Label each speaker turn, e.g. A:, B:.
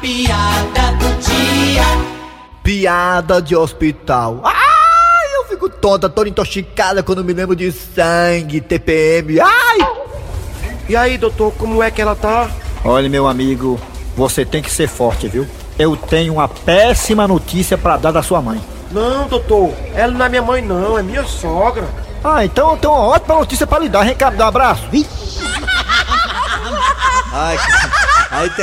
A: piada do dia.
B: Piada de hospital. Ai, eu fico toda, toda intoxicada quando me lembro de sangue, TPM. Ai!
C: E aí, doutor, como é que ela tá?
B: Olha, meu amigo, você tem que ser forte, viu? Eu tenho uma péssima notícia pra dar da sua mãe.
C: Não, doutor, ela não é minha mãe, não, é minha sogra.
B: Ah, então eu tenho uma ótima notícia pra lhe dar. Vem cá, me dá um abraço. Ai, que... Aí